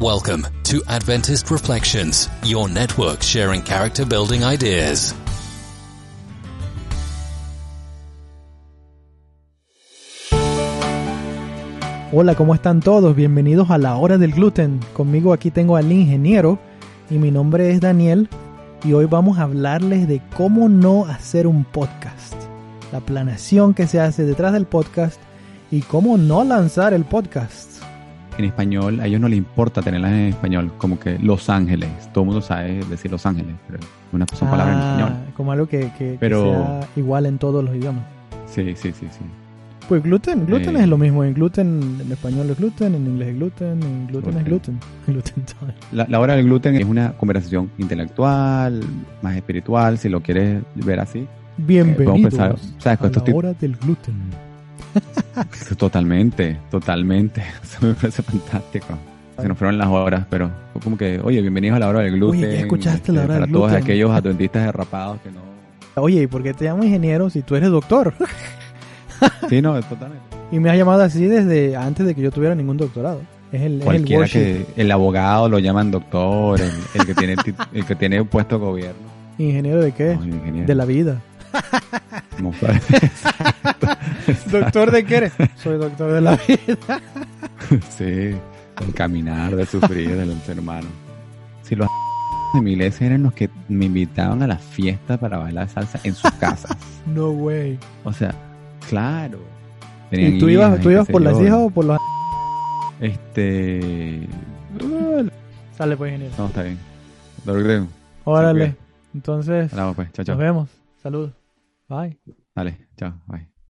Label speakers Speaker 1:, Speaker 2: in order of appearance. Speaker 1: Welcome to Adventist Reflections, your network sharing character building ideas.
Speaker 2: Hola, ¿cómo están todos? Bienvenidos a la hora del gluten. Conmigo aquí tengo al ingeniero y mi nombre es Daniel y hoy vamos a hablarles de cómo no hacer un podcast, la planación que se hace detrás del podcast y cómo no lanzar el podcast.
Speaker 3: En español, a ellos no les importa tenerlas en español, como que Los Ángeles. Todo el mundo sabe decir Los Ángeles, pero una son
Speaker 2: Ah,
Speaker 3: palabras en español.
Speaker 2: Como algo que, que- que
Speaker 3: Pero-
Speaker 2: sea igual en todos los idiomas.
Speaker 3: Sí, sí, sí, sí.
Speaker 2: Pues gluten, gluten
Speaker 3: Eh.
Speaker 2: es lo mismo. En gluten, en español es gluten, en inglés es gluten, en gluten es
Speaker 3: Ok.
Speaker 2: gluten. Gluten todo.
Speaker 3: La, la hora del gluten es una conversación intelectual, más espiritual, si lo quieres ver así. Eh, podemos
Speaker 2: Bienvenidos
Speaker 3: pensar, ¿sabes? Con
Speaker 2: a
Speaker 3: estos
Speaker 2: la
Speaker 3: tip-
Speaker 2: hora del gluten.
Speaker 3: Totalmente, totalmente. Eso me parece fantástico. Se nos fueron las horas, pero fue como que, oye, bienvenidos a la hora del gluten. este,
Speaker 2: Oye, ¿ya escuchaste la hora
Speaker 3: para
Speaker 2: del
Speaker 3: todos
Speaker 2: gluten?
Speaker 3: aquellos adventistas derrapados que no.
Speaker 2: Oye, ¿y por qué te llamo ingeniero si tú eres doctor?
Speaker 3: Sí, no, totalmente.
Speaker 2: y me has llamado así desde antes de que yo tuviera ningún doctorado. Es el, es el
Speaker 3: Cualquiera
Speaker 2: worship.
Speaker 3: que el abogado lo llaman doctor, el, el que tiene tit- el que tiene puesto de gobierno.
Speaker 2: ¿Ingeniero de qué?
Speaker 3: No, el ingeniero.
Speaker 2: De la vida.
Speaker 3: No, exacto,
Speaker 2: ¿Doctor de qué eres? Soy doctor de la vida.
Speaker 3: sí, del caminar, del sufrir, del ser humano. Si los de mi iglesia eran los que me invitaban a las fiestas para bailar salsa en sus casas.
Speaker 2: No way.
Speaker 3: O sea, claro. Tenían
Speaker 2: ¿Y tú
Speaker 3: hijas,
Speaker 2: ibas, tú
Speaker 3: qué
Speaker 2: ibas
Speaker 3: sé
Speaker 2: por
Speaker 3: yo. eh.
Speaker 2: las hijas o por los...
Speaker 3: Este.
Speaker 2: Sale pues, ingeniero.
Speaker 3: No, está bien. Lo creo.
Speaker 2: Órale.
Speaker 3: Ok.
Speaker 2: Entonces,
Speaker 3: Hablamos pues. Chao,
Speaker 2: nos
Speaker 3: chao.
Speaker 2: vemos. Saludos. Bye.
Speaker 3: Dale, chao. Bye.